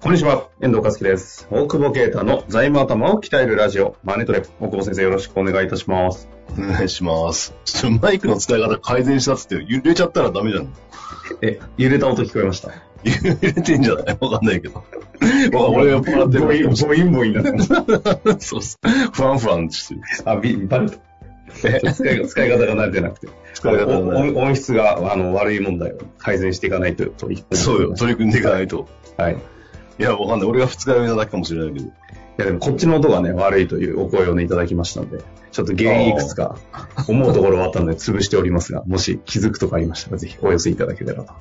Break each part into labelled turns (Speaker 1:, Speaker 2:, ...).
Speaker 1: こんにちは、遠藤和樹です。大久保啓太の財務頭を鍛えるラジオ、マネトレ。大久保先生、よろしくお願いいたします。
Speaker 2: お願いします。ちょっとマイクの使い方改善したっつって、揺れちゃったらダメじゃん。
Speaker 1: え、揺れた音聞こえました。
Speaker 2: 揺れてんじゃないわかんないけど。わ俺が笑って
Speaker 1: ボイン、
Speaker 2: る。
Speaker 1: ボイン、ボインだった。
Speaker 2: そうっす。フランフランしてる。
Speaker 1: あ、ビ、バレた。え使い使い方が慣れてなくて。
Speaker 2: 使い方が
Speaker 1: お
Speaker 2: ない。
Speaker 1: 音音質があの悪い問題を改善していかないと。と
Speaker 2: そうよ。。取り組んでいかないと。
Speaker 1: はい。い
Speaker 2: いや、わかんない。俺が二日酔いなだけかもしれないけど。
Speaker 1: や、でもこっちの音がね、悪いというお声をね、いただきましたので、ちょっと原因いくつか思うところはあったので潰しております が、もし気づくとかありましたら、ぜひお寄せいただければと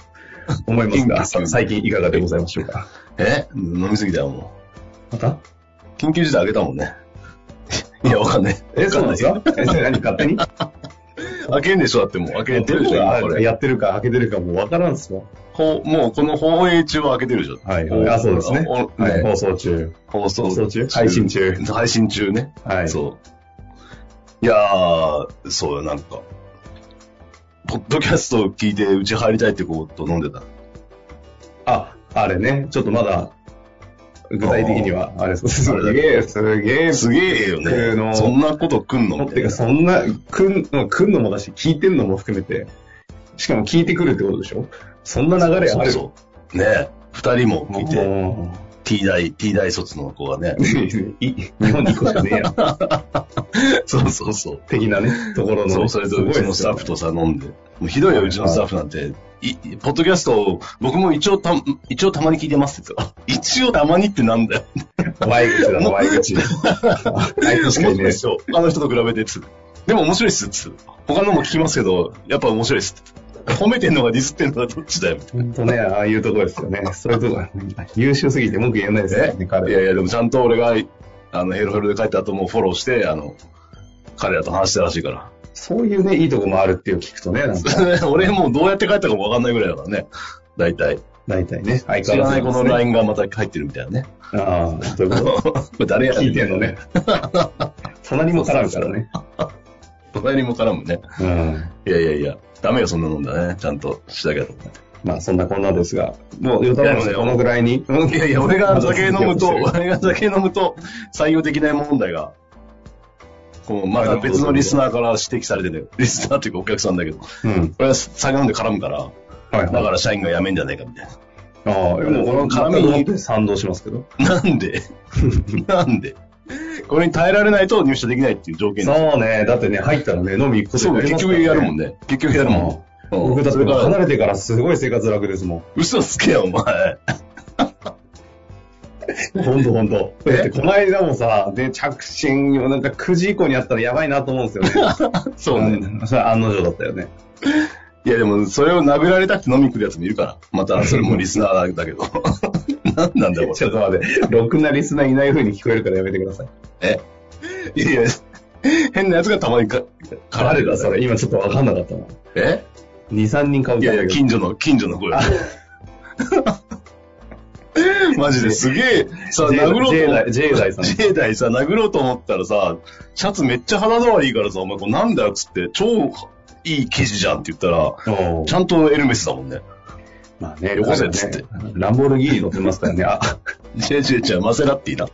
Speaker 1: 思いますが、
Speaker 2: 元気
Speaker 1: 最近いかがでございましょうか。
Speaker 2: え飲みすぎだよ、も
Speaker 1: また
Speaker 2: う。緊急事態あげたもんね。いや、わかんない。
Speaker 1: え、そうなんですかえ、それ何勝手に
Speaker 2: 開けんでしょだってもう。開けてるでしょ、今これ。
Speaker 1: やってるか開けてるかもう分からんっすもん。
Speaker 2: ほもうこの放映中は開けてるでしょ。
Speaker 1: はいはい。あ、そうですね。
Speaker 2: お
Speaker 1: はい、放送中。
Speaker 2: 放送
Speaker 1: 放送中配信中。
Speaker 2: 配信中ね。
Speaker 1: はい。
Speaker 2: そう。いやー、そうよ、なんか。ポッドキャストを聞いて、うち入りたいって子と飲んでた。
Speaker 1: あ、あれね。ちょっとまだ、具体的には、あれ、す
Speaker 2: あれ
Speaker 1: げえ、すげえ、
Speaker 2: すげえよ
Speaker 1: えーの
Speaker 2: ね。そんなことくんのみた
Speaker 1: て
Speaker 2: い
Speaker 1: か、
Speaker 2: な。
Speaker 1: そんな、くん、くんのもだし、聞いてんのも含めて、しかも聞いてくるってことでしょそんな流れある
Speaker 2: そう。ねえ二人も聞いて、
Speaker 1: も
Speaker 2: T 大、T 大卒の子がね
Speaker 1: う。い日本に行こうじゃねえや。
Speaker 2: そうそうそう。
Speaker 1: 的なね、ところの。
Speaker 2: そう、それとうちのスタッフとさ、飲んで。もうひどいよ、うちのスタッフなんて。いポッドキャストを、僕も一応た、一応たまに聞いてますって言ってた 一応たまにってなんだよ。
Speaker 1: ワイ口だな、ワイ 口。あいつしかいねえ
Speaker 2: 面。白いっすよ他の人と比べてっつってでも面白いっすっつって他のも聞きますけど、やっぱ面白いっすって褒めてんのがディスってんのがどっちだよみたい
Speaker 1: 本当ね、ああいうところですよね。そういうところ、優秀すぎて文句言えないですよね、
Speaker 2: な。い
Speaker 1: 彼は。
Speaker 2: やいや、でもちゃんと俺が、あの、ヘロヘロで帰った後もフォローして、あの、彼らと話したらしいか。
Speaker 1: そういうね、いいとこもあるっていう聞くとね、なんから
Speaker 2: 俺もうどうやって帰ったかもわかんないぐらいだからね。大体。
Speaker 1: 大体ね、相
Speaker 2: 知
Speaker 1: 変
Speaker 2: ら
Speaker 1: わ
Speaker 2: な
Speaker 1: ら
Speaker 2: い
Speaker 1: ず
Speaker 2: 子
Speaker 1: なんです
Speaker 2: の
Speaker 1: ね、
Speaker 2: LINE がまた入ってるみたいなね。
Speaker 1: ああ、どういうこ
Speaker 2: これ誰
Speaker 1: と
Speaker 2: やね
Speaker 1: 聞いてんの ね。。隣も絡むからね。
Speaker 2: 隣にも絡むね。
Speaker 1: うん。
Speaker 2: いやいやいや、ダメよ、そんなもんだね。ちゃんとしなきゃと思って。
Speaker 1: まあ、そんなこんなですが、もう、ヨタバこのぐらいに。
Speaker 2: いやいや、俺が酒飲むと、俺が酒飲むと採用できない問題が、こう、まだ別のリスナーから指摘されてて、リスナーっていうかお客さんだけど、
Speaker 1: うん。
Speaker 2: 俺は酒飲んで絡むから、
Speaker 1: はい
Speaker 2: だ
Speaker 1: はい。
Speaker 2: から社員が辞めんじゃないかみたい
Speaker 1: ああ、でもこの絡みに賛同しますけど。
Speaker 2: な。な んでなんでこれに耐えられないと入社できないっていう条件なんで
Speaker 1: そうね、だってね、入ったらね、飲み行くこ
Speaker 2: すそ
Speaker 1: と
Speaker 2: う、結局やるもん
Speaker 1: ね。
Speaker 2: ね。結局やるもん。うん
Speaker 1: 僕だっ
Speaker 2: そ
Speaker 1: て
Speaker 2: れから
Speaker 1: 離れてからすごい生活楽ですもん。
Speaker 2: 嘘つけよ、お前。
Speaker 1: ほんとほんと。
Speaker 2: え
Speaker 1: だってこの間もさ、で、着信をなんか9時以降にやったらやばいなと思うんですよね。
Speaker 2: そうね。
Speaker 1: んそれ案の定だったよね。
Speaker 2: いやでも、それを殴られたくて飲みに来るやつもいるから。また、それもリスナー だけど。なんなんだよ、これ
Speaker 1: ちょっと待って、ろくなリスナーいない風に聞こえるからやめてください。
Speaker 2: えいやいや、変なやつがたまにか、絡んで
Speaker 1: 誰
Speaker 2: く
Speaker 1: だ
Speaker 2: だ
Speaker 1: そ
Speaker 2: さい。
Speaker 1: れ、今ちょっとわかんなかったな。
Speaker 2: え
Speaker 1: 2、3人顔
Speaker 2: い
Speaker 1: 見た
Speaker 2: や
Speaker 1: んだ
Speaker 2: いや、
Speaker 1: けど。
Speaker 2: 近所の、近所 の声。マジですげえ、さ、
Speaker 1: J-
Speaker 2: 殴ろうと思っ
Speaker 1: J 代 J
Speaker 2: て
Speaker 1: 代さん
Speaker 2: J 代さ、殴ろうと思ったらさ、シャツめっちゃ肌触りいいからさ、お前これなんだよっつって、超いい生地じゃんって言ったら、
Speaker 1: おう
Speaker 2: ちゃんとエルメスだもんね。
Speaker 1: まあね、
Speaker 2: よこ
Speaker 1: 彼は
Speaker 2: せ
Speaker 1: ね
Speaker 2: つって
Speaker 1: ランボルギーニ乗ってますからね。あ、
Speaker 2: 違う違う違う、マセラッティだ。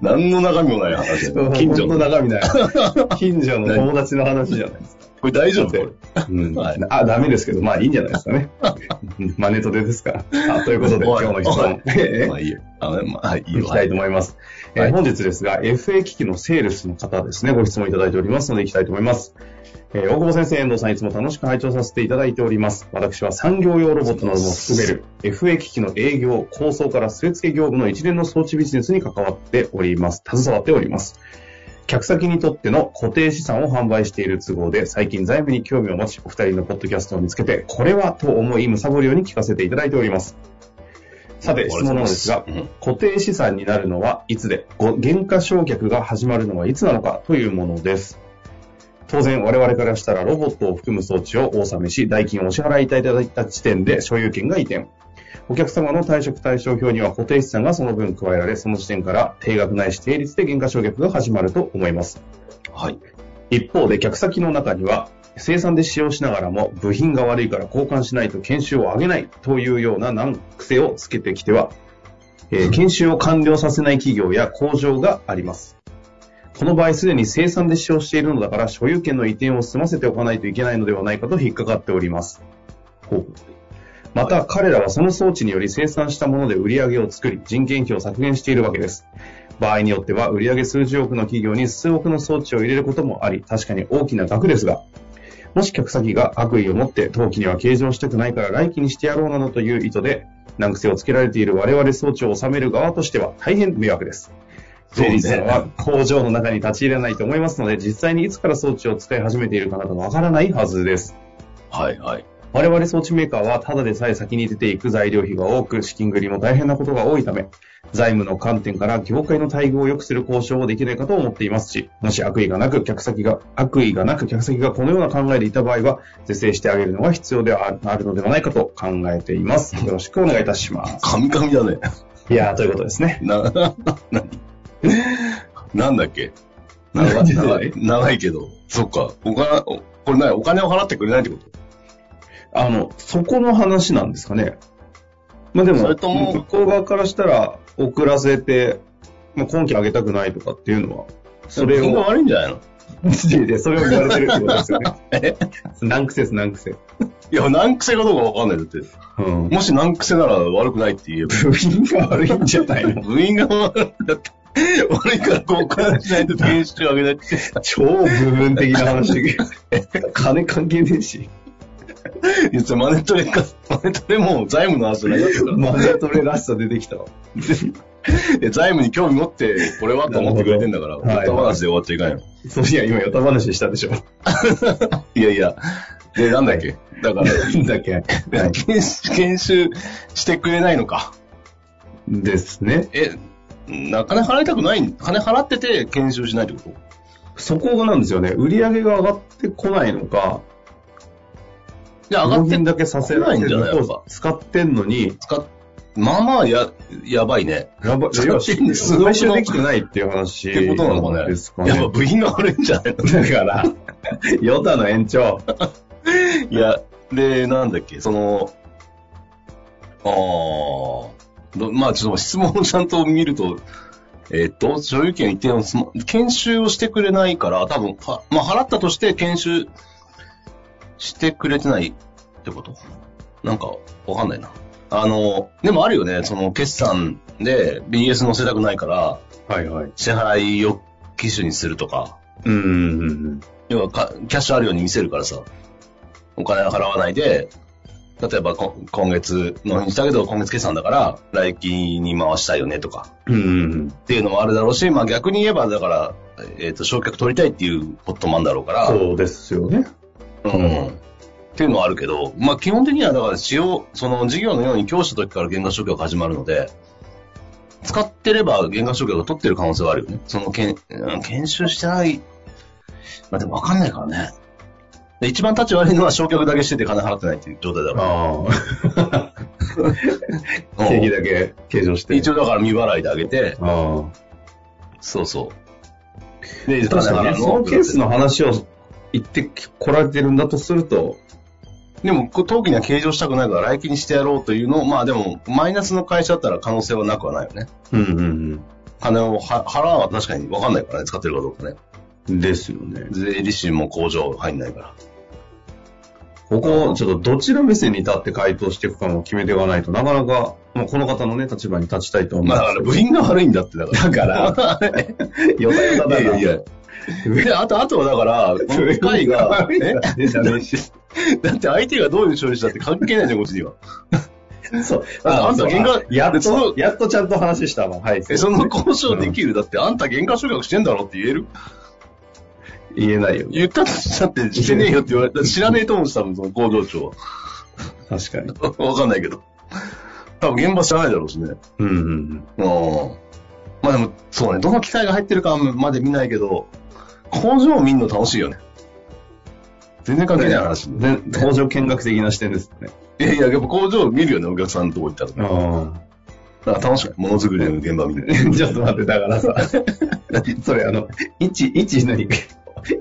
Speaker 2: 何の中身もない話だよ 近所
Speaker 1: の
Speaker 2: の。
Speaker 1: 中身だよ。近所の友達の話じゃないですか。
Speaker 2: これ大丈夫これ
Speaker 1: うん
Speaker 2: はい
Speaker 1: あ、ダメですけど、まあいいんじゃないですかね。 マネトレですから。あということで、今
Speaker 2: おい
Speaker 1: 日の質問。え
Speaker 2: まあいいよ。あまあ、はいいい
Speaker 1: 行
Speaker 2: よ。
Speaker 1: きたいと思います。えー
Speaker 2: はい
Speaker 1: 本日ですが、FA 機器のセールスの方ですね、ご質問いただいておりますので行きたいと思います。えー大久保先生、遠藤さん、いつも楽しく拝聴させていただいております。私は産業用ロボットなども含める FA 機器の営業、構想から据え付け業務の一連の装置ビジネスに関わっております。携わっております。客先にとっての固定資産を販売している都合で、最近財務に興味を持ち、お二人のポッドキャストを見つけて、これはと思い、むさぼるように聞かせていただいております。さて、質問なんですが、
Speaker 2: うん
Speaker 1: 固定資産になるのはいつで、ご減価償却が始まるのはいつなのかというものです。当然、我々からしたらロボットを含む装置をお納めし、代金をお支払いいただいた時点で所有権が移転。お客様の退職対象表には固定資産がその分加えられ、その時点から定額ないし定率で減価償却が始まると思います。
Speaker 2: はい。
Speaker 1: 一方で客先の中には生産で使用しながらも部品が悪いから交換しないと研修を上げないというような難癖をつけてきては、えー研修を完了させない企業や工場があります。この場合すでに生産で使用しているのだから所有権の移転を済ませておかないといけないのではないかと引っかかっております。また彼らはその装置により生産したもので売り上げを作り人件費を削減しているわけです。場合によっては売上数十億の企業に数億の装置を入れることもあり、確かに大きな額ですが、もし客先が悪意を持って当期には計上したくないから来期にしてやろうなどという意図で、難癖をつけられている我々装置を収める側としては大変迷惑です。
Speaker 2: そ
Speaker 1: 税
Speaker 2: うね
Speaker 1: 理士さんは工場の中に立ち入れないと思いますので、実際にいつから装置を使い始めているかなどわからないはずです。
Speaker 2: はい、はい。
Speaker 1: 我々装置メーカーはただでさえ先に出ていく材料費が多く、資金繰りも大変なことが多いため、財務の観点から業界の待遇を良くする交渉をできないかと思っていますし、もし悪意がなく客先が、悪意がなく客先がこのような考えでいた場合は、是正してあげるのが必要ではああるのではないかと考えています。よろしくお願いいたします。
Speaker 2: カミカミだね。
Speaker 1: いやー、ということですね。
Speaker 2: な、なになんだっけ
Speaker 1: 長
Speaker 2: 長
Speaker 1: い
Speaker 2: い長い長いけど。そっか。お金、おこれ何お金を払ってくれないってこと
Speaker 1: あの、そこの話なんですかね。まあでも、
Speaker 2: それとも
Speaker 1: 向こう側からしたら、遅らせて、まあ、今期上げたくないとかっていうのは、それ
Speaker 2: 金が
Speaker 1: を、
Speaker 2: 悪いんじゃないの
Speaker 1: いやいやそれを言われてるってことですよね。何癖です、何癖。
Speaker 2: いや、難癖かどうかわかんないだって。
Speaker 1: うん。
Speaker 2: もし難癖なら悪くないって言えば。
Speaker 1: 部品が悪いんじゃないの
Speaker 2: 部員が悪いんだって。悪いから交換しないと研修上げないって。
Speaker 1: 超部分的な話で。金関係ねえし。
Speaker 2: いや、それマネトレか、マネトレも財務の話じゃないんだけど。
Speaker 1: マネトレらしさ出てきたわ。
Speaker 2: 財務に興味持って、これはと思ってくれてんだから、
Speaker 1: なるほどはい
Speaker 2: 歌話で終わっちゃいかんよ。
Speaker 1: そういや、今、ヨタ話したでしょ。
Speaker 2: いやいや。で、なんだっけだ から、
Speaker 1: なんだっけ。はい
Speaker 2: 研修、研修してくれないのか。
Speaker 1: ですね。
Speaker 2: え、な金払いたくない金払ってて研修しないってこと
Speaker 1: そこがなんですよね。売り上げが上がってこないのか、
Speaker 2: じゃあ上
Speaker 1: 納
Speaker 2: がって
Speaker 1: 品だけさせられてる
Speaker 2: ないんじゃないやっ
Speaker 1: と使ってんのに、
Speaker 2: 使っ、まあまあや、やばいね。
Speaker 1: やばい、
Speaker 2: 使ってんですよ
Speaker 1: 回収できてないっていう話
Speaker 2: ってことなのかね。
Speaker 1: ですか
Speaker 2: やっぱ
Speaker 1: ね。
Speaker 2: 部品が悪いんじゃないの
Speaker 1: だから、ヨタの延長。
Speaker 2: いや、で、なんだっけ、その、ああ、どまあちょっと質問をちゃんと見ると、えっと、所有権移転をすま、研修をしてくれないから、多分はまあ払ったとして研修してくれてないってことなんか、わかんないな。あの、でもあるよね、その決算で BS 載せたくないから、
Speaker 1: はいはい。
Speaker 2: 支払いを機種にするとか、
Speaker 1: うんうんうん。
Speaker 2: 要はかキャッシュあるように見せるからさ、お金は払わないで、例えばこ今月納品したけど、今月決算だから、来期に回したいよねとか、
Speaker 1: うんうんうん。
Speaker 2: っていうのもあるだろうし、まあ逆に言えば、だから、えっ、と、償却取りたいっていうこともあるんだろうから、
Speaker 1: そうですよね。
Speaker 2: うん。っていうのはあるけど、まあ基本的にはだから使用、その事業のように供した時から減価償却が始まるので、使ってれば減価償却が取ってる可能性はあるよね。そのけん、うん研修してない、まあでもわかんないからね。で一番立ち悪いのは償却だけしてて金払ってないっていう状態だか
Speaker 1: ああ。
Speaker 2: ら。
Speaker 1: 定
Speaker 2: うん
Speaker 1: 義だけ計上して。
Speaker 2: 一応だから未払いであげて、
Speaker 1: ああ。
Speaker 2: そうそう。で、
Speaker 1: 確かにね、そのケースの話を言ってこられてるんだとすると、
Speaker 2: でも、こう当期には計上したくないから来期にしてやろうというのを、まあでも、マイナスの会社だったら可能性はなくはないよね。
Speaker 1: うんうん
Speaker 2: 金をは払うのは確かに分かんないからね、使ってるかどうかね。
Speaker 1: うん。ですよね。
Speaker 2: 税理士も工場入んないから。
Speaker 1: ここ、ちょっとどちら目線に立って回答していくかも決めていかないとなかなか、まあ、この方のね、立場に立ちたいと思い
Speaker 2: まあ
Speaker 1: ま
Speaker 2: だから部品が悪いんだって、だから。
Speaker 1: だ
Speaker 2: から、
Speaker 1: す。よだよだだ
Speaker 2: いや
Speaker 1: な。
Speaker 2: いやいや。で、あと、あとはだから、この機械が、え
Speaker 1: え
Speaker 2: だって相手がどういう処理したって関係ないじゃん、こっちには。
Speaker 1: そう。
Speaker 2: あ
Speaker 1: あんた
Speaker 2: そう原画
Speaker 1: やっ
Speaker 2: でそ
Speaker 1: と
Speaker 2: の、
Speaker 1: やっとちゃんと話したわ。はい。
Speaker 2: え、その交渉できる、だって、あんた原価償却してんだろって言える
Speaker 1: 言えないよ。
Speaker 2: 言ったとしたって、してねえよって言われたら知らねえと思うし、多分、その工場長
Speaker 1: 確かに。
Speaker 2: は。わかんないけど。多分、現場知らないだろうしね。
Speaker 1: うんうんうん。
Speaker 2: うん。まあでも、そうね、どの機械が入ってるかまで見ないけど、工場を見るの楽しいよね。全然関係ない話。
Speaker 1: で工場見学的な視点ですね。
Speaker 2: いやいや、やっぱ工場を見るよね、お客さんのとこ行ったら。
Speaker 1: あ
Speaker 2: だから楽しくない。ものづくりの現場見る。
Speaker 1: あ。ちょっと待って、だからさ、 それあの、一、一何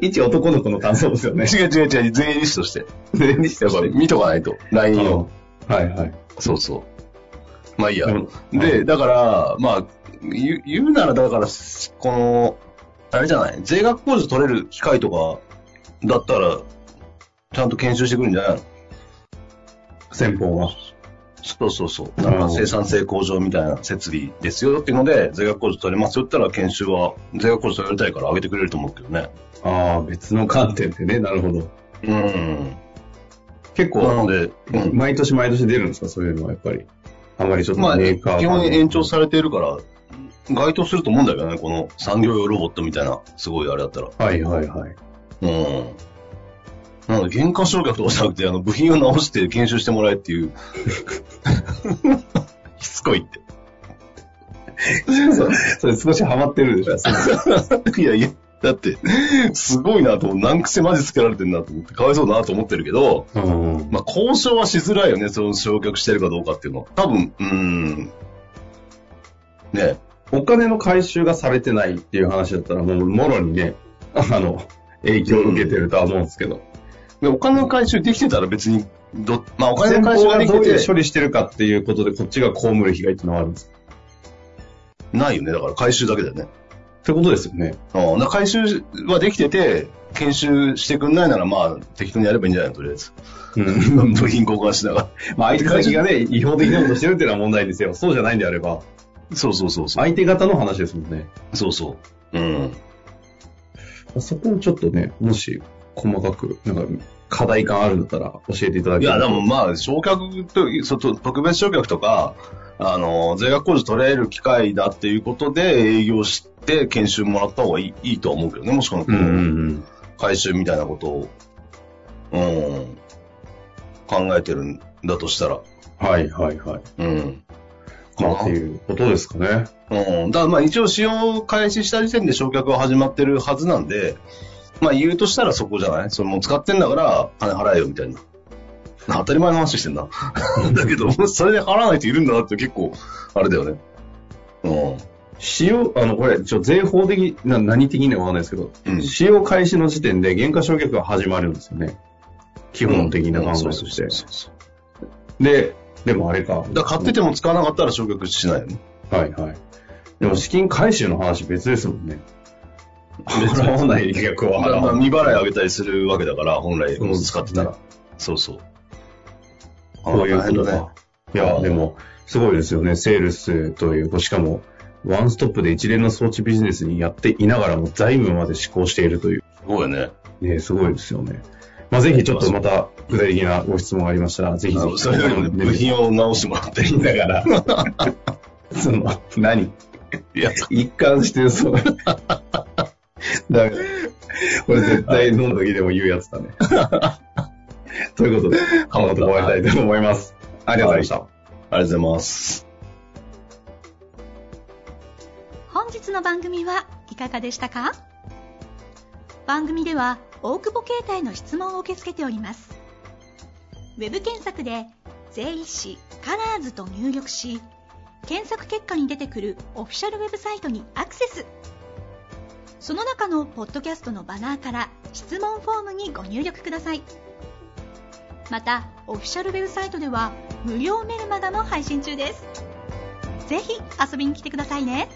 Speaker 1: 一男の子の感想ですよね。
Speaker 2: 違う違う違う、全員リストして。
Speaker 1: 全にして
Speaker 2: やっぱり見とかないと。LINE を。
Speaker 1: はいはい。
Speaker 2: そうそう。まあいいや。
Speaker 1: うん
Speaker 2: で、だから、まあ、言う言うなら、だから、この、あれじゃない、税額控除取れる機会とか、だったら、ちゃんと研修してくるんじゃないの
Speaker 1: 先方は。
Speaker 2: そうそうそう。なん
Speaker 1: う
Speaker 2: か
Speaker 1: ん
Speaker 2: 生産性向上みたいな設備ですよっていうので、税額控除取れますよって言ったら、研修は、税額控除取りたいから上げてくれると思うけどね。
Speaker 1: ああ、別の観点でね、なるほど。
Speaker 2: うん。
Speaker 1: 結構、
Speaker 2: なので、うん
Speaker 1: 毎年毎年出るんですか、そういうのはやっぱり。あんまりちょっと
Speaker 2: まあ、
Speaker 1: メ
Speaker 2: 基
Speaker 1: ーカー
Speaker 2: 本延長されているから、該当すると思うんだけどね、この産業用ロボットみたいな、すごいあれだったら。
Speaker 1: はいはいはい。
Speaker 2: うん。なので、原価償却とかじゃなくて、あの、部品を直して研修してもらえって いう。しつこいって。
Speaker 1: そうそれ少しハマってるでしょ。
Speaker 2: いやいや、だって、すごいなと思う、難癖マジつけられてんなと思って、かわいそうだなと思ってるけど、
Speaker 1: うん。
Speaker 2: まあ、交渉はしづらいよね、その償却してるかどうかっていうのは。多分、うーん。ね
Speaker 1: お金の回収がされてないっていう話だったら、もう、もろにね、あの、影響を受けてるとは思うんですけど、
Speaker 2: でお金の回収できてたら別に、ど、まあ、お金
Speaker 1: 先
Speaker 2: の回収
Speaker 1: 方
Speaker 2: が
Speaker 1: が
Speaker 2: でき
Speaker 1: どう
Speaker 2: て
Speaker 1: いう
Speaker 2: て
Speaker 1: 処、理してるかっていうことで、こっちが被る被害っていうのはあるんですか
Speaker 2: ないよね、だから回収だけだよね。
Speaker 1: ってことですよね。
Speaker 2: うん、だから回収はできてて、研修してくんないなら、まあ、適当にやればいいんじゃないのとりあえず。
Speaker 1: うん。
Speaker 2: 部品交換しなが
Speaker 1: まあ、相手先がね、違法的なことしてるっていうのは問題ですよ。そうじゃないんであれば、
Speaker 2: ら。そうそうそうそう。
Speaker 1: 相手方の話ですもんね。
Speaker 2: そうそう。うん。
Speaker 1: そこをちょっとね、もし、細かく、なんか、課題感あるんだったら教えていただ
Speaker 2: い
Speaker 1: けると
Speaker 2: や、でもまあ、償却という、そと特別償却とか、あの、税額控除取れる機会だっていうことで営業して研修もらった方がいいいいとは思うけどね、もしこの、
Speaker 1: うんうんうん。
Speaker 2: 回収みたいなことを、うん、考えてるんだとしたら、
Speaker 1: はいはいはい。
Speaker 2: うん。
Speaker 1: まあ、っていうことですかね。
Speaker 2: うん。だからまあ一応使用開始した時点で償却は始まってるはずなんで、まあ言うとしたらそこじゃないそれもう使ってんだから金払えよみたいな。 当たり前の話して んな。だけど、それで払わない人いるんだなって結構、あれだよね。う
Speaker 1: 使用、あの、これ、ちょ、税法的な、何的にはわかんないですけど、
Speaker 2: うん
Speaker 1: 使用開始の時点で原価償却が始まるんですよね。基
Speaker 2: ん。
Speaker 1: 本的な考え
Speaker 2: そ
Speaker 1: と
Speaker 2: うそう
Speaker 1: して
Speaker 2: そう。そう。
Speaker 1: で、でもあれか。
Speaker 2: だから買ってても使わなかったら償却しないよね。
Speaker 1: はいはい。でも資金回収の話別ですもんね。
Speaker 2: 別
Speaker 1: 払わない逆は
Speaker 2: まあ
Speaker 1: 払わ
Speaker 2: まあ
Speaker 1: ない。
Speaker 2: 未払い上げたりするわけだから、本来使ってたら。そうそう。
Speaker 1: こういうこと
Speaker 2: あ大変だね
Speaker 1: か。いや、でも、すごいですよね。セールスという、しかも、ワンストップで一連の装置ビジネスにやっていながらも財務まで施行しているという。
Speaker 2: すごいよね。
Speaker 1: ね、すごいですよね。まあ、ぜひちょっとまた具体的なご質問がありましたら、ぜひぜひ。
Speaker 2: それよりもね部品を直してもらっていいんだ
Speaker 1: だ
Speaker 2: か。
Speaker 1: からら、 その、何
Speaker 2: いや、
Speaker 1: 一貫して そう。だから、これ絶対飲んだ時でも言うやつ だね。ということで、浜田と終わりたいと思います。ありがとうございました。
Speaker 2: ありがとうございます。
Speaker 3: 本日の番組はいかがでしたか番組では大久保携帯の質問を受け付けておりますウェブ検索で「税理士カラーズと入力し検索結果に出てくるオフィシャルウェブサイトにアクセスその中のポッドキャストのバナーから質問フォームにご入力くださいまたオフィシャルウェブサイトでは無料メルマガも配信中ですぜひ遊びに来てくださいね